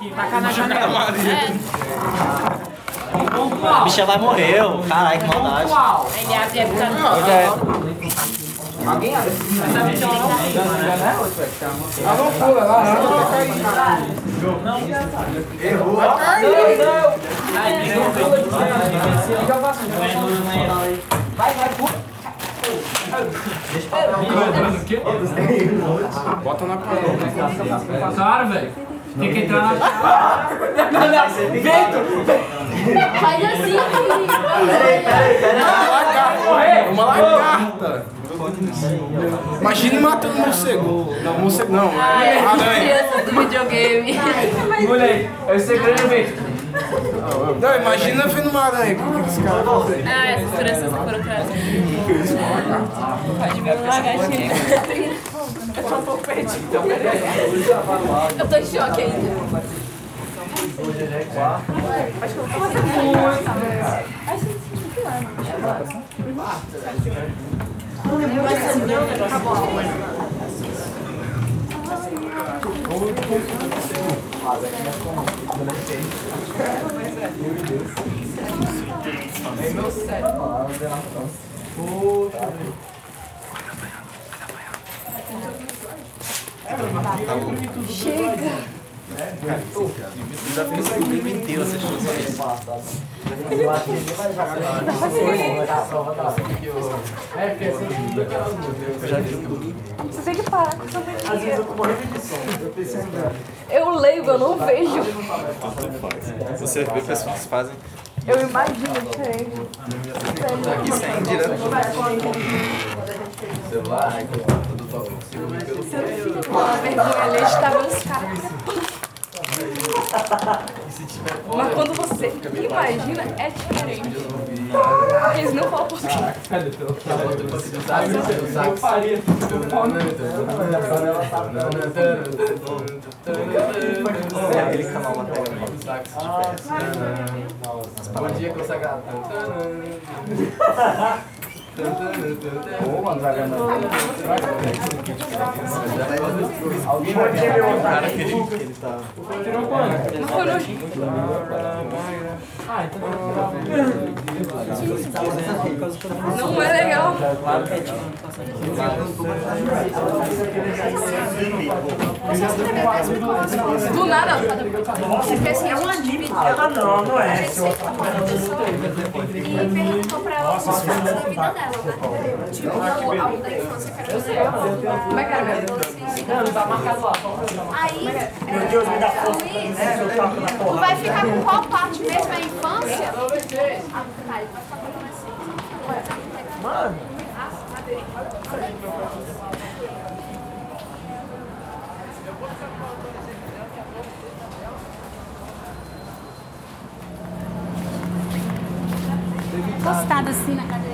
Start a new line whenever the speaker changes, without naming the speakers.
Que tá taca na janela.
É,
Pontual.
Bicha vai morrer, ô. caralho, que maldade.
Pontual.
É, ele abre a época.
Pois é.
Essa bicha ela não fica, né?
A loucura lá, arranca. Errou.
Ai, que loucura. Vai, mano, vai, ela aí.
Bota na parede.
Passaram, velho. Tem que entrar na.
Faz assim,
Peraí,
filho.
peraí, peraí.
Uma lagarta. Imagina matando um morcego. Não, morcego não. é
Ai,
Aranha.
criança do videogame.
Moleque, é o segredo, velho.
Não, imagina vendo uma aranha. O que que esse cara faz aí?
Ah, essas crianças foram crianças. Pode ver uma lagartinha. Eu tô em choque ainda.
Você tem que parar com essa mania. Eu leio, eu não vejo.
Você vê pessoas que fazem.
Eu imagino é. diferente.
Aqui sem direto.
Uma vergonha ali de tá meus caras.
Mas quando você imagina, é diferente. Eles não falam português.
Bom dia, consagrado.
Alguém vai querer o cara que ele que ele tá.
Não foi no Não é legal. Do nada. Você fica assim, é uma dívida.
perguntou pra ela os fatos da vida dela, né? Tipo, não, algo da infância que era você. Como é que era mesmo? Não, tá marcado lá. Aí, meu Deus, me dá força. Tu vai ficar com qual parte mesmo? A infância? Ah, tá, ele vai ficar com a adolescência. Mano. Encostado assim na cadeira.